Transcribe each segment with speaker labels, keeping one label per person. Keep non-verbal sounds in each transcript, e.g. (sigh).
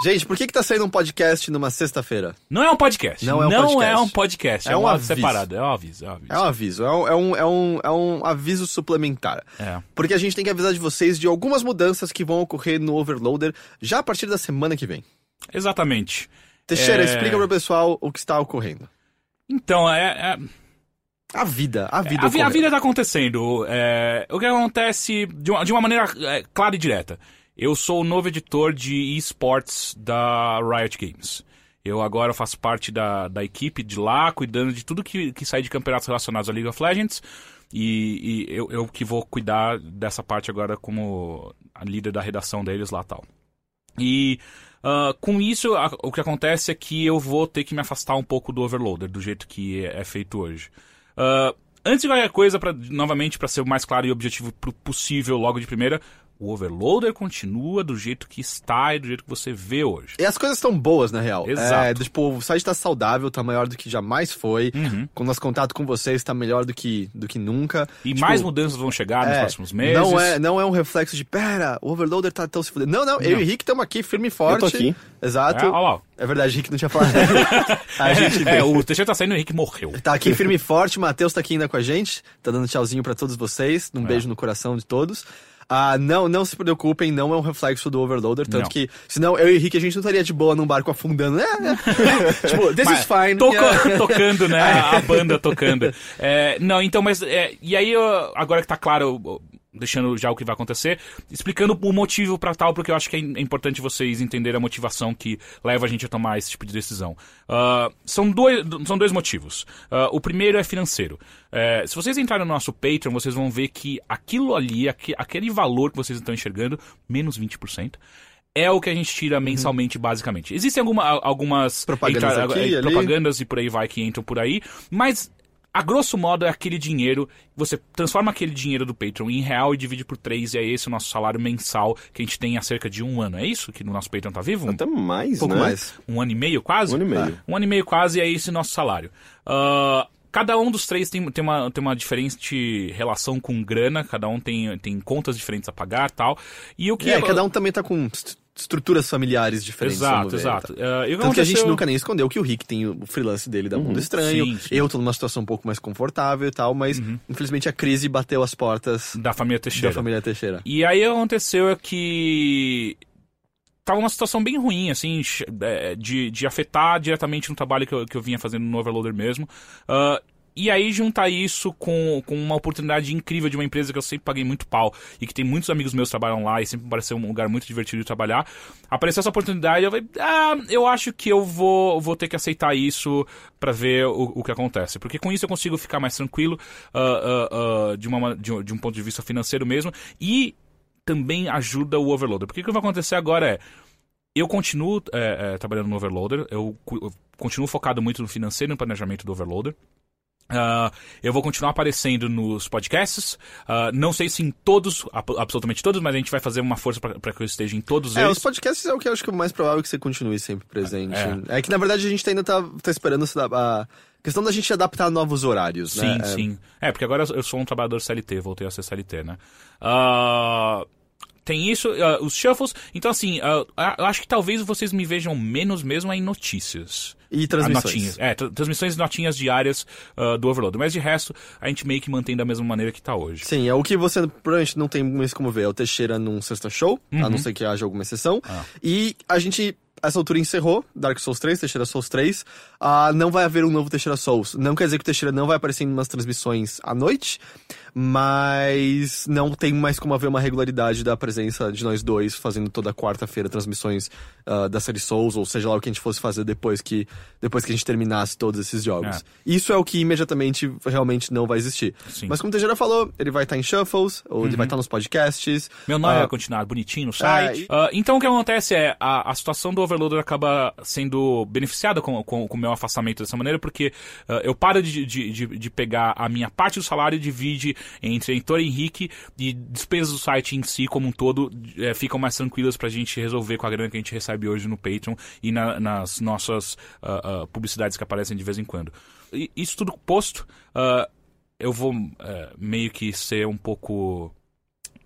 Speaker 1: Gente, por que, que tá saindo um podcast numa sexta-feira?
Speaker 2: Não é um podcast.
Speaker 1: Não é um podcast.
Speaker 2: um podcast,
Speaker 1: É
Speaker 2: É,
Speaker 1: um
Speaker 2: um áudio
Speaker 1: aviso.
Speaker 2: separado. É um aviso. É um aviso.
Speaker 1: É um aviso, é um, é um, é um, é um aviso suplementar.
Speaker 2: É.
Speaker 1: Porque a gente tem que avisar de vocês de algumas mudanças que vão ocorrer no Overloader já a partir da semana que vem.
Speaker 2: Exatamente.
Speaker 1: Teixeira,
Speaker 2: É.
Speaker 1: explica pro pessoal o que está ocorrendo.
Speaker 2: Então, é- é,
Speaker 1: A vida, a vida.
Speaker 2: A, vi- a
Speaker 1: ocorrendo.
Speaker 2: vida tá acontecendo. é, o que acontece de uma, de uma maneira é, clara e direta. Eu sou o novo editor de esportes da Riot Games. Eu agora faço parte da, da equipe de lá, cuidando de tudo que, que sai de campeonatos relacionados à League of Legends. E, e eu, eu que vou cuidar dessa parte agora como a líder da redação deles lá tal. E ah, com isso, a- o que acontece é que eu vou ter que me afastar um pouco do overloader, do jeito que é, é feito hoje. Ah, antes de qualquer coisa, pra, novamente, para ser o mais claro e objetivo pro- possível logo de primeira, o overloader continua do jeito que está e do jeito que você vê hoje.
Speaker 1: E as coisas estão boas, na real.
Speaker 2: Exato.
Speaker 1: É, tipo, o site tá saudável, tá maior do que jamais foi.
Speaker 2: Uhum.
Speaker 1: Com o nosso contato com vocês tá melhor do que, do que nunca.
Speaker 2: E
Speaker 1: Tipo,
Speaker 2: mais mudanças vão chegar nos
Speaker 1: é,
Speaker 2: próximos meses.
Speaker 1: Não é, não é um reflexo de, pera, o Overloader tá tão se fudendo. Não, não, eu e o Rick estamos aqui firme e forte.
Speaker 3: tô aqui.
Speaker 1: Exato.
Speaker 2: É, olha lá.
Speaker 1: É verdade, Rick não tinha
Speaker 2: (laughs)
Speaker 1: falado. a gente
Speaker 2: É, o Teixeira tá saindo e o Henrique morreu.
Speaker 1: tá aqui firme e forte, o Matheus tá aqui ainda com a gente, tá dando tchauzinho pra todos vocês,
Speaker 2: É.
Speaker 1: um beijo no coração de todos. Ah, não, não se preocupem, não é um reflexo do Overloader, tanto
Speaker 2: Não.
Speaker 1: que senão eu e o Henrique a gente não estaria de boa num barco afundando, né?
Speaker 2: (laughs)
Speaker 1: tipo, this
Speaker 2: Mas
Speaker 1: is fine.
Speaker 2: toco-
Speaker 1: yeah.
Speaker 2: (laughs) tocando,
Speaker 1: (laughs)
Speaker 2: né? A banda tocando. É, não, então, mas. é, e aí, ó, agora que tá claro, ó, deixando já o que vai acontecer, explicando o motivo pra tal, porque eu acho que é im- é importante vocês entenderem a motivação que leva a gente a tomar esse tipo de decisão. Ah, são, dois, são dois motivos. Ah, o primeiro é financeiro. É, se vocês entrarem no nosso Patreon, vocês vão ver que aquilo ali, aque- aquele valor que vocês estão enxergando, menos 20%. É o que a gente tira
Speaker 1: Uhum.
Speaker 2: mensalmente, basicamente. Existem alguma, a- algumas
Speaker 1: Propagandas
Speaker 2: entra-
Speaker 1: aqui,
Speaker 2: eh,
Speaker 1: ali.
Speaker 2: propagandas e por aí vai que entram por aí, mas a grosso modo é aquele dinheiro, você transforma aquele dinheiro do Patreon em real e divide por três, e é esse o nosso salário mensal que a gente tem há cerca de um ano. É isso que no nosso Patreon tá vivo? Um,
Speaker 3: Até mais,
Speaker 1: pouco
Speaker 3: né?
Speaker 1: mais.
Speaker 2: um ano e meio quase?
Speaker 3: Um ano e meio.
Speaker 2: Um ano e meio quase, e é esse nosso salário. Ah, cada um dos três tem, tem, uma, tem uma diferente relação com grana, cada um tem, tem contas diferentes a pagar tal. E o que
Speaker 1: E é, cada um também tá com est- estruturas familiares diferentes. vamos
Speaker 2: Exato,
Speaker 1: ver, tá?
Speaker 2: exato. Ah, e o
Speaker 1: Tanto que a gente
Speaker 2: aconteceu- Uhum.
Speaker 1: nunca nem escondeu que o Rick tem o freelance dele da Mundo Estranho.
Speaker 2: Sim, Uhum. sim.
Speaker 1: Eu tô numa situação um pouco mais confortável e tal, mas infelizmente a crise bateu as portas
Speaker 2: Da família Teixeira.
Speaker 1: da família Teixeira.
Speaker 2: E aí o que aconteceu é que tava uma situação bem ruim, assim, che- é, de, de afetar diretamente no trabalho que eu, que eu vinha fazendo no Overloader mesmo. Ah, e aí juntar isso com, com uma oportunidade incrível de uma empresa que eu sempre paguei muito pau e que tem muitos amigos meus que trabalham lá e sempre me pareceu um lugar muito divertido de trabalhar. Apareceu essa oportunidade e eu falei, ah, eu acho que eu vou, vou ter que aceitar isso pra ver o, o que acontece. Porque com isso eu consigo ficar mais tranquilo ah, ah, ah, de, uma, ma- de um- de um ponto de vista financeiro mesmo e também ajuda o overloader. Porque o que vai acontecer agora é. Eu continuo é, é, trabalhando no overloader, eu, cu- eu continuo focado muito no financeiro e no planejamento do overloader. Ah, eu vou continuar aparecendo nos podcasts. ah, não sei se em todos, ab- absolutamente todos, mas a gente vai fazer uma força para que eu esteja em todos
Speaker 1: É,
Speaker 2: eles.
Speaker 1: os podcasts é o que eu acho que é o mais provável que você continue sempre presente. É,
Speaker 2: É.
Speaker 1: que na verdade a gente ainda tá, tá esperando se da- a questão da gente adaptar novos horários,
Speaker 2: Sim,
Speaker 1: né? É,
Speaker 2: sim. É, porque agora eu sou um trabalhador CLT, voltei a ser CLT, né? Ah, tem isso, ah, os shuffles. Então, assim, ah, ah, eu acho que talvez vocês me vejam menos mesmo em notícias.
Speaker 1: E transmissões.
Speaker 2: Ah, notinhas. É, tra- transmissões e notinhas diárias ah, do Overload. Mas de resto, a gente meio que mantém da mesma maneira que tá hoje.
Speaker 1: Sim, é o que você provavelmente não tem mais como ver. É o Teixeira num sexta show, a
Speaker 2: Uhum.
Speaker 1: não ser que haja alguma exceção.
Speaker 2: Ah.
Speaker 1: E a gente, a essa altura, encerrou Dark Souls 3, Teixeira Souls 3. Ah, não vai haver um novo Teixeira Souls. Não quer dizer que o Teixeira não vai aparecer em umas transmissões à noite, mas não tem mais como haver uma regularidade da presença de nós dois fazendo toda quarta-feira transmissões ah, da série Souls, ou seja lá o que a gente fosse fazer depois que, depois que a gente terminasse todos esses jogos.
Speaker 2: É.
Speaker 1: Isso é o que imediatamente realmente não vai existir.
Speaker 2: Sim.
Speaker 1: Mas como o Teixeira falou, ele vai estar em shuffles, ou ele vai estar nos podcasts.
Speaker 2: Uhum. Meu nome
Speaker 1: Ah,
Speaker 2: vai continuar bonitinho no site.
Speaker 1: e-
Speaker 2: Ah, então o que acontece é, a, a situação do overloader acaba sendo beneficiada com, com, com o meu afastamento dessa maneira, porque ah, eu paro de, de, de, de pegar a minha parte do salário e divide entre Heitor e Henrique e despesas do site em si como um todo eh, ficam mais tranquilas pra gente resolver com a grana que a gente recebe hoje no Patreon e na- nas nossas ah, ah, publicidades que aparecem de vez em quando. E isso tudo posto, ah, eu vou eh, meio que ser um pouco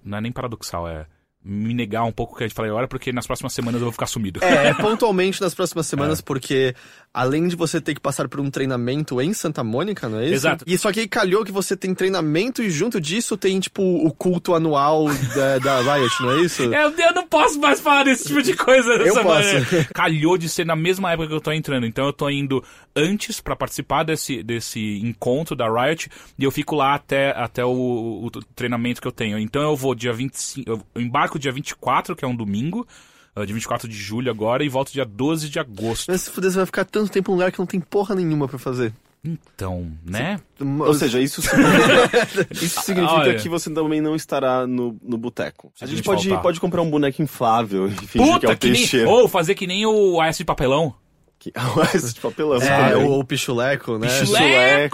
Speaker 2: não é nem paradoxal, é me negar um pouco o que eu falei agora, porque nas próximas semanas eu vou ficar sumido.
Speaker 1: É, pontualmente nas próximas
Speaker 2: É.
Speaker 1: semanas, porque além de você ter que passar por um treinamento em Santa Mônica, não é isso?
Speaker 2: Exato.
Speaker 1: E só que aí calhou que você tem treinamento e junto disso tem, tipo, o culto anual da, da Riot, não é
Speaker 2: (laughs)
Speaker 1: isso?
Speaker 2: (laughs) Eu, eu não posso mais falar desse tipo de coisa dessa
Speaker 1: posso.
Speaker 2: maneira. Calhou de ser na mesma época que eu tô entrando. Então eu tô indo antes pra participar desse, desse encontro da Riot e eu fico lá até, até o, o treinamento que eu tenho. Então eu vou dia 25. Eu embarco dia 24, que é um domingo. eh, De 24 de julho agora e volto dia 12 de agosto.
Speaker 1: Mas se fuder, você vai ficar tanto tempo num lugar que não tem porra nenhuma pra fazer.
Speaker 2: Então, né?
Speaker 3: Ou
Speaker 1: (laughs)
Speaker 3: seja, isso
Speaker 1: é,
Speaker 3: significa, isso (laughs) significa
Speaker 2: Olha.
Speaker 3: que você também não estará no, no boteco. A gente
Speaker 2: Simplesmente
Speaker 3: pode,
Speaker 2: faltar.
Speaker 3: pode comprar um boneco inflável e fingir que é
Speaker 2: Puta
Speaker 3: o
Speaker 2: que nem.
Speaker 3: Teixeira.
Speaker 2: Ou fazer que nem o AS de papelão.
Speaker 3: Que (laughs) é esse de papelão.
Speaker 1: É,
Speaker 3: sabe?
Speaker 1: o, o pichuleco, né?
Speaker 3: Pichuleco.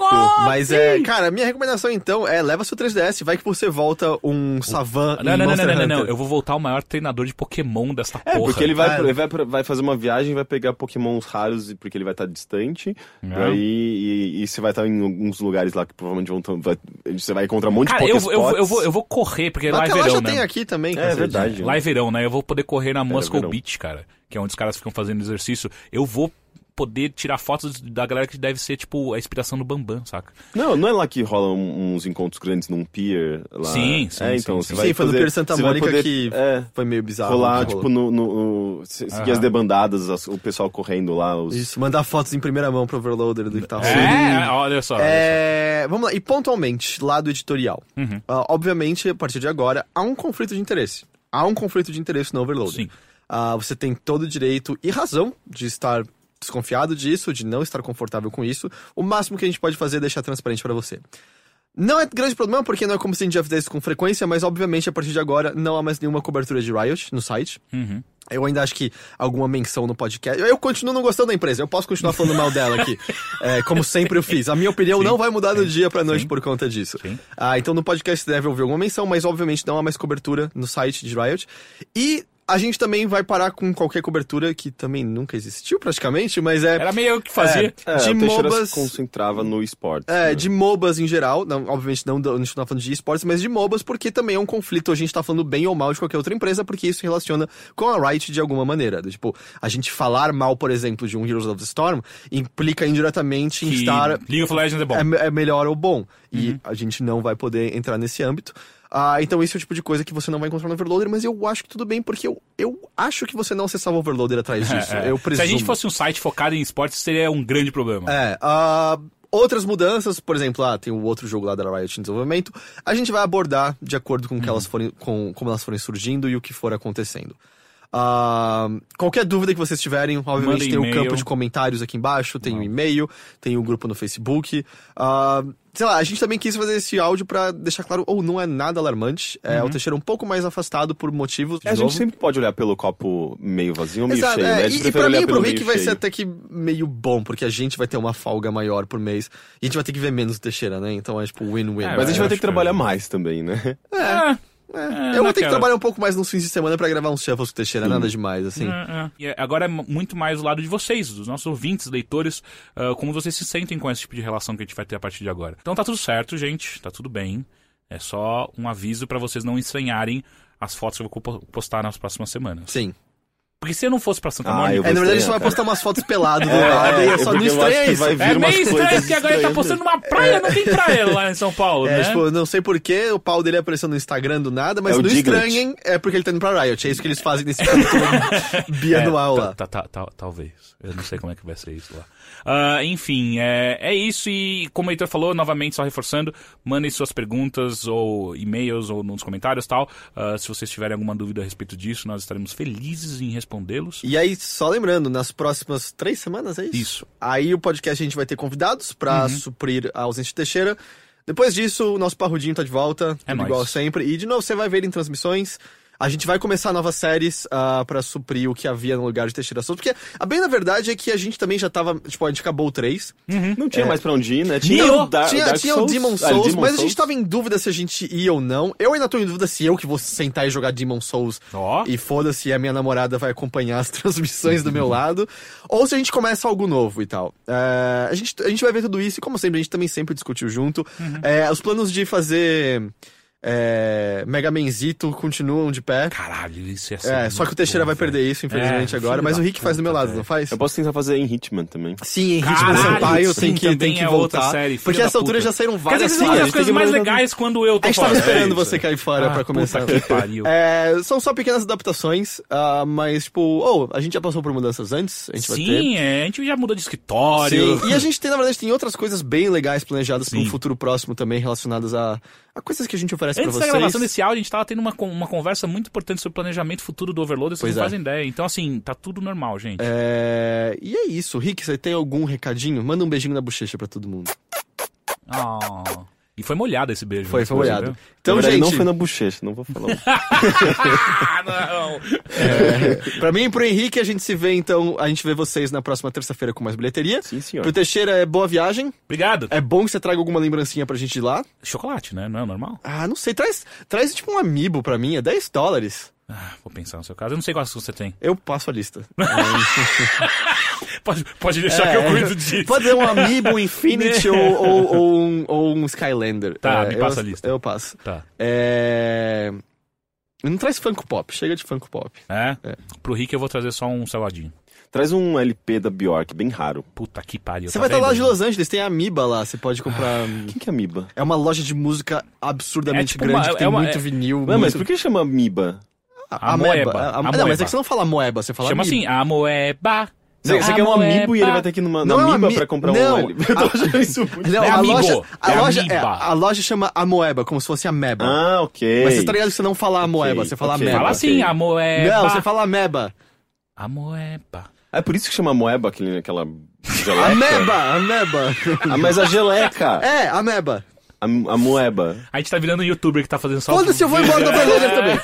Speaker 1: Mas é, cara, minha recomendação então é leva seu 3DS, vai que você volta um Savan.
Speaker 2: Não,
Speaker 1: em
Speaker 2: não, não, não,
Speaker 1: Monster
Speaker 2: não, não,
Speaker 1: Hunter.
Speaker 2: Eu vou voltar o maior treinador de Pokémon desta
Speaker 3: É,
Speaker 2: porra.
Speaker 3: porque ele vai,
Speaker 1: cara.
Speaker 3: ele vai, pra- vai fazer uma viagem, vai pegar pokémons raros, e- porque ele vai estar distante. E
Speaker 2: É.
Speaker 3: aí, e, e você vai estar em alguns lugares lá que provavelmente vão... tão- Vai, você vai encontrar um monte
Speaker 2: Cara,
Speaker 3: de
Speaker 2: eu,
Speaker 3: pokémons.
Speaker 2: vou- eu, vou- eu, vou, eu vou correr, porque lá é
Speaker 1: Mas que ela
Speaker 2: verão,
Speaker 1: já
Speaker 2: né?
Speaker 1: tem aqui também,
Speaker 3: É
Speaker 1: cacete.
Speaker 3: verdade.
Speaker 2: Lá é verão, né? Eu vou poder correr na Muscle
Speaker 3: É, verão.
Speaker 2: Beach, cara. Que é onde os caras ficam fazendo exercício. Eu vou poder tirar fotos da galera que deve ser, tipo, a inspiração do Bambam, saca?
Speaker 3: Não, não é lá que rolam uns encontros grandes num pier? Lá.
Speaker 2: Sim, sim,
Speaker 3: É, então,
Speaker 2: sim,
Speaker 3: você
Speaker 2: sim.
Speaker 3: vai
Speaker 1: Sim, foi no
Speaker 3: fazer-
Speaker 1: pier Santa
Speaker 3: você vai
Speaker 1: Mônica
Speaker 3: poder,
Speaker 1: que
Speaker 3: É,
Speaker 1: Foi meio bizarro.
Speaker 3: rolar,
Speaker 1: que rolou.
Speaker 3: tipo, no... no- no- se- seguir as
Speaker 2: Aham.
Speaker 3: debandadas, as- o pessoal correndo lá, os...
Speaker 1: Isso, mandar fotos em primeira mão pro overloader do que
Speaker 3: Ah,
Speaker 1: tá rolando.
Speaker 2: É, olha só. olha
Speaker 1: É, vamos lá, e pontualmente, lado editorial.
Speaker 2: Uhum.
Speaker 1: Ah, obviamente, a partir de agora, há um conflito de interesse. Há um conflito de interesse no
Speaker 2: só.
Speaker 1: Overloader.
Speaker 2: Sim.
Speaker 1: Ah, você tem todo o direito e razão de estar desconfiado disso, de não estar confortável com isso. O máximo que a gente pode fazer é deixar transparente pra você. Não é grande problema, porque não é como se a gente já fizesse isso com frequência, mas obviamente a partir de agora não há mais nenhuma cobertura de Riot no site.
Speaker 2: Uhum.
Speaker 1: Eu ainda acho que alguma menção no podcast. Eu continuo não gostando da empresa, eu posso continuar falando mal dela
Speaker 2: (laughs)
Speaker 1: aqui. É, como sempre eu fiz. A minha opinião não vai mudar do dia pra noite por conta disso.
Speaker 2: Sim.
Speaker 1: Ah, então no podcast você deve ouvir alguma menção, mas obviamente não há mais cobertura no site de Riot. E a gente também vai parar com qualquer cobertura que também nunca existiu praticamente, mas é.
Speaker 2: Era meio que fazia.
Speaker 3: É,
Speaker 1: de
Speaker 3: o Teixeira
Speaker 1: MOBAs.
Speaker 3: se concentrava no esporte. né?
Speaker 1: É, de MOBAs em geral, não, obviamente não, do- a gente não tá falando de esportes, mas de MOBAs porque também é um conflito, a gente tá falando bem ou mal de qualquer outra empresa, porque isso relaciona com a Riot de alguma maneira. Do Tipo, a gente falar mal, por exemplo, de um Heroes of the Storm implica indiretamente em
Speaker 2: Que
Speaker 1: estar
Speaker 2: League of Legends é bom. Uhum.
Speaker 1: é, me- é melhor ou bom. E a gente não vai poder entrar nesse âmbito. Ah, então esse é o tipo de coisa que você não vai encontrar no Overloader, mas eu acho que tudo bem, porque eu, eu acho que você não acessava o Overloader atrás disso.
Speaker 2: (laughs) É, é.
Speaker 1: Eu
Speaker 2: Se
Speaker 1: presumo.
Speaker 2: a gente fosse um site focado em esportes, seria um grande problema.
Speaker 1: É, ah, outras mudanças, por exemplo, ah, tem o outro jogo lá da Riot em desenvolvimento, a gente vai abordar de acordo
Speaker 3: Hum.
Speaker 1: com, que elas forem, com como elas forem surgindo e o que for acontecendo. Ah, qualquer dúvida que vocês tiverem, obviamente
Speaker 2: Mandem
Speaker 1: tem o
Speaker 2: e-mail.
Speaker 1: campo de comentários aqui embaixo, tem o e-mail, tem o grupo no Facebook. Ah, sei lá, a gente também quis fazer esse áudio pra deixar claro, ou não é nada alarmante, é o Teixeira um pouco mais afastado por motivos. de
Speaker 3: Uhum. É, a gente
Speaker 1: novo.
Speaker 3: sempre pode olhar pelo copo meio vazio ou meio
Speaker 1: Exato,
Speaker 3: cheio,
Speaker 1: é.
Speaker 3: né? A
Speaker 1: E,
Speaker 3: gente
Speaker 1: e
Speaker 3: prefere
Speaker 1: pra
Speaker 3: olhar
Speaker 1: mim,
Speaker 3: pelo
Speaker 1: pro Rick
Speaker 3: meio
Speaker 1: vai ser
Speaker 3: cheio.
Speaker 1: até que meio bom, porque a gente vai ter uma folga maior por mês. E a gente vai ter que ver menos o Teixeira, né? Então é tipo win-win.
Speaker 2: É,
Speaker 3: Mas a gente
Speaker 2: eu
Speaker 3: vai
Speaker 2: acho
Speaker 3: ter que trabalhar
Speaker 2: que-
Speaker 3: mais também, né?
Speaker 2: É.
Speaker 1: É,
Speaker 2: É,
Speaker 1: eu vou ter que
Speaker 2: naquela.
Speaker 1: trabalhar um pouco mais nos fins de semana pra gravar uns shuffles com o Teixeira, nada demais, assim.
Speaker 2: É, é. E é- agora é mu- muito mais o lado de vocês, dos nossos ouvintes, leitores, ah, como vocês se sentem com esse tipo de relação que a gente vai ter a partir de agora. Então tá tudo certo, gente, tá tudo bem. É só um aviso pra vocês não estranharem as fotos que eu vou po- postar nas próximas semanas.
Speaker 1: Sim.
Speaker 2: Porque se eu não fosse pra Santa
Speaker 3: Ah,
Speaker 2: Mônica.
Speaker 3: eu
Speaker 1: É, na verdade, a gente só vai
Speaker 3: estranhar,
Speaker 1: postar umas fotos
Speaker 3: (laughs)
Speaker 1: pelado do lado e é só no
Speaker 3: porque eu acho
Speaker 1: estranho
Speaker 3: que
Speaker 1: isso.
Speaker 3: vai
Speaker 2: É
Speaker 3: vir umas
Speaker 2: meio estranho
Speaker 3: coisas
Speaker 2: porque agora ele tá
Speaker 3: estranhas,
Speaker 2: postando uma praia, não tem praia lá em São Paulo,
Speaker 1: É,
Speaker 2: né?
Speaker 1: tipo, não sei porquê, o pau dele apareceu no Instagram do nada, mas
Speaker 3: É o
Speaker 1: não
Speaker 3: Diglett.
Speaker 1: estranhem, é porque ele tá indo pra Riot. É isso que eles fazem nesse (laughs) capítulo
Speaker 3: É,
Speaker 1: bianual lá.
Speaker 2: Tá- tá- tá- talvez. Eu não sei como é que vai ser isso lá. Ah, enfim, é, é isso. E como o Heitor falou, novamente, só reforçando, mandem suas perguntas ou e-mails ou nos comentários tal. Ah, se vocês tiverem alguma dúvida a respeito disso, nós estaremos felizes em respondê-los.
Speaker 1: E aí, só lembrando, nas próximas três semanas, é isso?
Speaker 2: Isso.
Speaker 1: Aí o podcast a gente vai ter convidados pra suprir a ausência de Teixeira. Depois disso, o nosso parrudinho tá de volta,
Speaker 2: É
Speaker 1: tudo
Speaker 2: nóis.
Speaker 1: igual sempre. E de novo, você vai ver ele em transmissões. A gente vai começar novas séries ah, pra suprir o que havia no lugar de Teixeira Souza. Porque a bem na verdade é que a gente também já tava. Tipo, a gente acabou o 3.
Speaker 3: Não tinha mais pra onde ir, né?
Speaker 2: Nioh!
Speaker 3: o Dar-
Speaker 1: tinha
Speaker 3: Dark
Speaker 1: tinha o Demon
Speaker 3: Ah,
Speaker 1: Souls, mas a gente tava em dúvida se a gente ia ou não. Eu ainda tô em dúvida se eu que vou sentar e jogar Demon Souls
Speaker 2: Ó.
Speaker 1: e foda-se, a minha namorada vai acompanhar as (laughs) transmissões do meu lado. Ou se a gente começa algo novo e tal. É, a,
Speaker 2: Uhum.
Speaker 1: gente, a gente vai ver tudo isso e, como sempre, a gente também sempre discutiu junto. É, os planos de fazer. é, Mega Menzito continuam de pé.
Speaker 2: Caralho, isso ia ser
Speaker 1: É,
Speaker 2: muito
Speaker 1: só que o Teixeira
Speaker 2: bom,
Speaker 1: vai
Speaker 2: velho.
Speaker 1: perder isso, infelizmente,
Speaker 2: É,
Speaker 1: agora.
Speaker 2: filho
Speaker 1: Mas
Speaker 2: da
Speaker 1: o Rick faz do meu
Speaker 2: puta,
Speaker 1: lado,
Speaker 2: velho.
Speaker 1: não faz?
Speaker 3: Eu posso tentar fazer em Hitman também.
Speaker 1: Sim, em Ritmo
Speaker 2: Caralho,
Speaker 1: Senpai, eu
Speaker 2: sim,
Speaker 1: tenho que,
Speaker 2: também
Speaker 1: tem que
Speaker 2: é outra
Speaker 1: voltar.
Speaker 2: série, filho
Speaker 1: porque
Speaker 2: da
Speaker 1: essa altura
Speaker 2: puta.
Speaker 1: já saíram
Speaker 2: Quer dizer,
Speaker 1: várias
Speaker 2: vocês vão fazer
Speaker 1: séries.
Speaker 2: as coisas mais legais quando eu tô
Speaker 1: A gente tava
Speaker 2: fora.
Speaker 1: esperando
Speaker 2: É
Speaker 1: você
Speaker 2: isso.
Speaker 1: cair fora
Speaker 2: Ah,
Speaker 1: pra começar.
Speaker 2: puta que pariu.
Speaker 1: É, são só pequenas adaptações, ah, mas tipo, oh, a gente já passou por mudanças antes, a gente vai ter.
Speaker 2: Sim, é, a gente já mudou de escritório.
Speaker 1: Sim, E a gente tem, na verdade, tem outras coisas bem legais planejadas para um
Speaker 2: Sim.
Speaker 1: futuro próximo também, relacionadas a, a coisas que a gente oferece pra
Speaker 2: Antes da
Speaker 1: vocês.
Speaker 2: gravação desse áudio, a gente tava tendo uma, con- uma conversa muito importante sobre o planejamento futuro do Overloader, vocês
Speaker 1: Pois
Speaker 2: não
Speaker 1: é.
Speaker 2: fazem ideia. Então, assim, tá tudo normal, gente.
Speaker 1: É, E é isso. Rick, você tem algum recadinho? Manda um beijinho na bochecha pra todo mundo.
Speaker 2: Ah. E foi molhado esse beijo. né?
Speaker 1: Foi, foi
Speaker 2: você
Speaker 1: olhado.
Speaker 2: viu?
Speaker 1: Então,
Speaker 3: na verdade,
Speaker 1: gente,
Speaker 3: não foi na bochecha, não vou (laughs) falar.
Speaker 2: (laughs) Ah, não!
Speaker 1: é, (laughs) pra mim e pro Henrique, a gente se vê, então, a gente vê vocês na próxima terça-feira com mais bilheteria.
Speaker 3: Sim, senhor.
Speaker 1: Pro Teixeira, é boa viagem.
Speaker 2: Obrigado.
Speaker 1: É bom que você traga alguma lembrancinha pra gente de lá.
Speaker 2: Chocolate, né? Não é normal?
Speaker 1: Ah, não sei, traz, traz tipo um amiibo pra mim, é 10 dólares.
Speaker 2: Ah, vou pensar no seu caso. Eu não sei quais que você tem.
Speaker 1: Eu passo a lista.
Speaker 2: Pode, pode deixar
Speaker 1: É,
Speaker 2: que eu cuido disso. Né?
Speaker 1: Pode ser um Amiibo,
Speaker 2: (laughs)
Speaker 1: um Infinity ou, ou- ou um, ou um Skylander.
Speaker 2: Tá, me
Speaker 1: eu-
Speaker 2: passa a lista.
Speaker 1: Eu passo.
Speaker 2: Tá.
Speaker 1: É... Não traz Funko Pop, chega de Funko Pop.
Speaker 2: É?
Speaker 1: É.
Speaker 2: Pro Rick eu vou trazer só um salgadinho.
Speaker 3: Traz um LP da Bjork, bem raro.
Speaker 2: Puta que pariu.
Speaker 1: Você
Speaker 2: tá
Speaker 1: vai estar
Speaker 2: vendo? Ah.
Speaker 1: lá de Los Angeles, tem a Amiiba lá, você pode comprar.
Speaker 3: Quem que é Amiba?
Speaker 1: É uma loja de música absurdamente
Speaker 2: É tipo
Speaker 1: grande,
Speaker 2: uma-
Speaker 1: que tem
Speaker 2: é uma-
Speaker 1: muito
Speaker 2: é-
Speaker 1: vinil.
Speaker 3: Não, mas
Speaker 1: muito-
Speaker 3: por que chama Amiba?
Speaker 1: A,
Speaker 2: A
Speaker 1: Moeba.
Speaker 2: Moeba.
Speaker 1: A-
Speaker 2: A
Speaker 1: não, mas é
Speaker 2: Moeba.
Speaker 1: que você não fala Moeba, você fala
Speaker 2: Chama
Speaker 1: Amiibo.
Speaker 2: assim, a moeba.
Speaker 3: Você, você quer
Speaker 1: Ah,
Speaker 3: um amiibo e ele vai ter que ir numa,
Speaker 1: Não é um
Speaker 3: numa amiba
Speaker 1: ami-
Speaker 3: pra comprar
Speaker 1: não.
Speaker 3: um LP. (laughs) Eu tô achando isso muito.
Speaker 1: Não,
Speaker 2: É
Speaker 1: a
Speaker 2: Amigo,
Speaker 1: loja, a,
Speaker 2: é
Speaker 1: loja é,
Speaker 2: Amiiba.
Speaker 1: a loja chama a Moeba, como se fosse a Meba.
Speaker 3: Ah, ok.
Speaker 1: Mas você tá ligado que você não fala a Moeba,
Speaker 3: Ok,
Speaker 1: você fala
Speaker 3: ok.
Speaker 1: a Meba.
Speaker 2: Fala assim, a moeba.
Speaker 1: Não, você fala a Meba.
Speaker 2: A moeba.
Speaker 3: Ah, é por isso que chama moeba
Speaker 1: (laughs)
Speaker 3: aquele, aquela geleca?
Speaker 1: Ameba, ameba.
Speaker 3: (laughs) Ah, mas a geleca.
Speaker 1: É, ameba.
Speaker 3: A, a moeba.
Speaker 2: A gente tá virando um youtuber que tá fazendo só.
Speaker 1: Foda-se, eu vou embora do
Speaker 3: (laughs)
Speaker 1: Overlander também.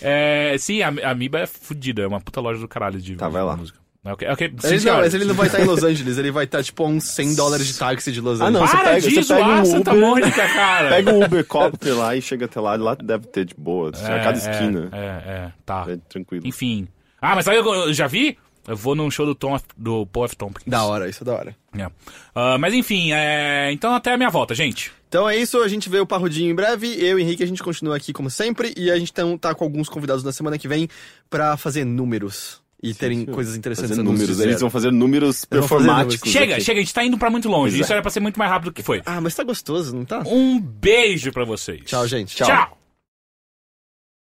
Speaker 2: É, sim, a, a Amiba é fudida, é uma puta loja do caralho de
Speaker 3: Tá, vai lá.
Speaker 2: música. É, Ok, ok. sim,
Speaker 1: Ele, não,
Speaker 2: senhora.
Speaker 1: mas ele não vai estar em Los Angeles, ele vai estar tipo a uns 100 dólares de táxi de Los
Speaker 3: Ah,
Speaker 1: Angeles.
Speaker 3: não. você
Speaker 2: Para
Speaker 3: pega-
Speaker 2: de
Speaker 3: você pega
Speaker 2: zoar
Speaker 3: um
Speaker 2: Santa
Speaker 3: Uber. (laughs)
Speaker 2: Mônica, cara.
Speaker 3: Pega o Ubercopter lá e chega até lá. Lá deve ter de boa. assim, a cada esquina.
Speaker 2: É, é, tá.
Speaker 3: É tranquilo.
Speaker 2: Enfim. Ah, mas sabe o que eu já vi? Eu vou num show do, Tom, do Paul F. Tompkins.
Speaker 1: Da hora, isso é da hora.
Speaker 2: É. Ah, mas enfim, é, então até a minha volta, gente.
Speaker 1: Então é isso, a gente vê o Parrudinho em breve. Eu e Henrique, a gente continua aqui como sempre. E a gente tam- tá com alguns convidados na semana que vem pra fazer números e terem coisas interessantes
Speaker 3: Fazer
Speaker 1: a nos
Speaker 3: números.
Speaker 1: dizer.
Speaker 3: Eles vão fazer números
Speaker 1: vão fazer
Speaker 3: performáticos.
Speaker 2: Chega,
Speaker 3: aqui.
Speaker 2: chega, a gente tá indo pra muito longe.
Speaker 3: Pois é.
Speaker 2: Isso era pra ser muito mais rápido do que foi.
Speaker 1: Ah, mas tá gostoso, não tá?
Speaker 2: Um beijo pra vocês.
Speaker 1: Tchau, gente.
Speaker 2: Tchau.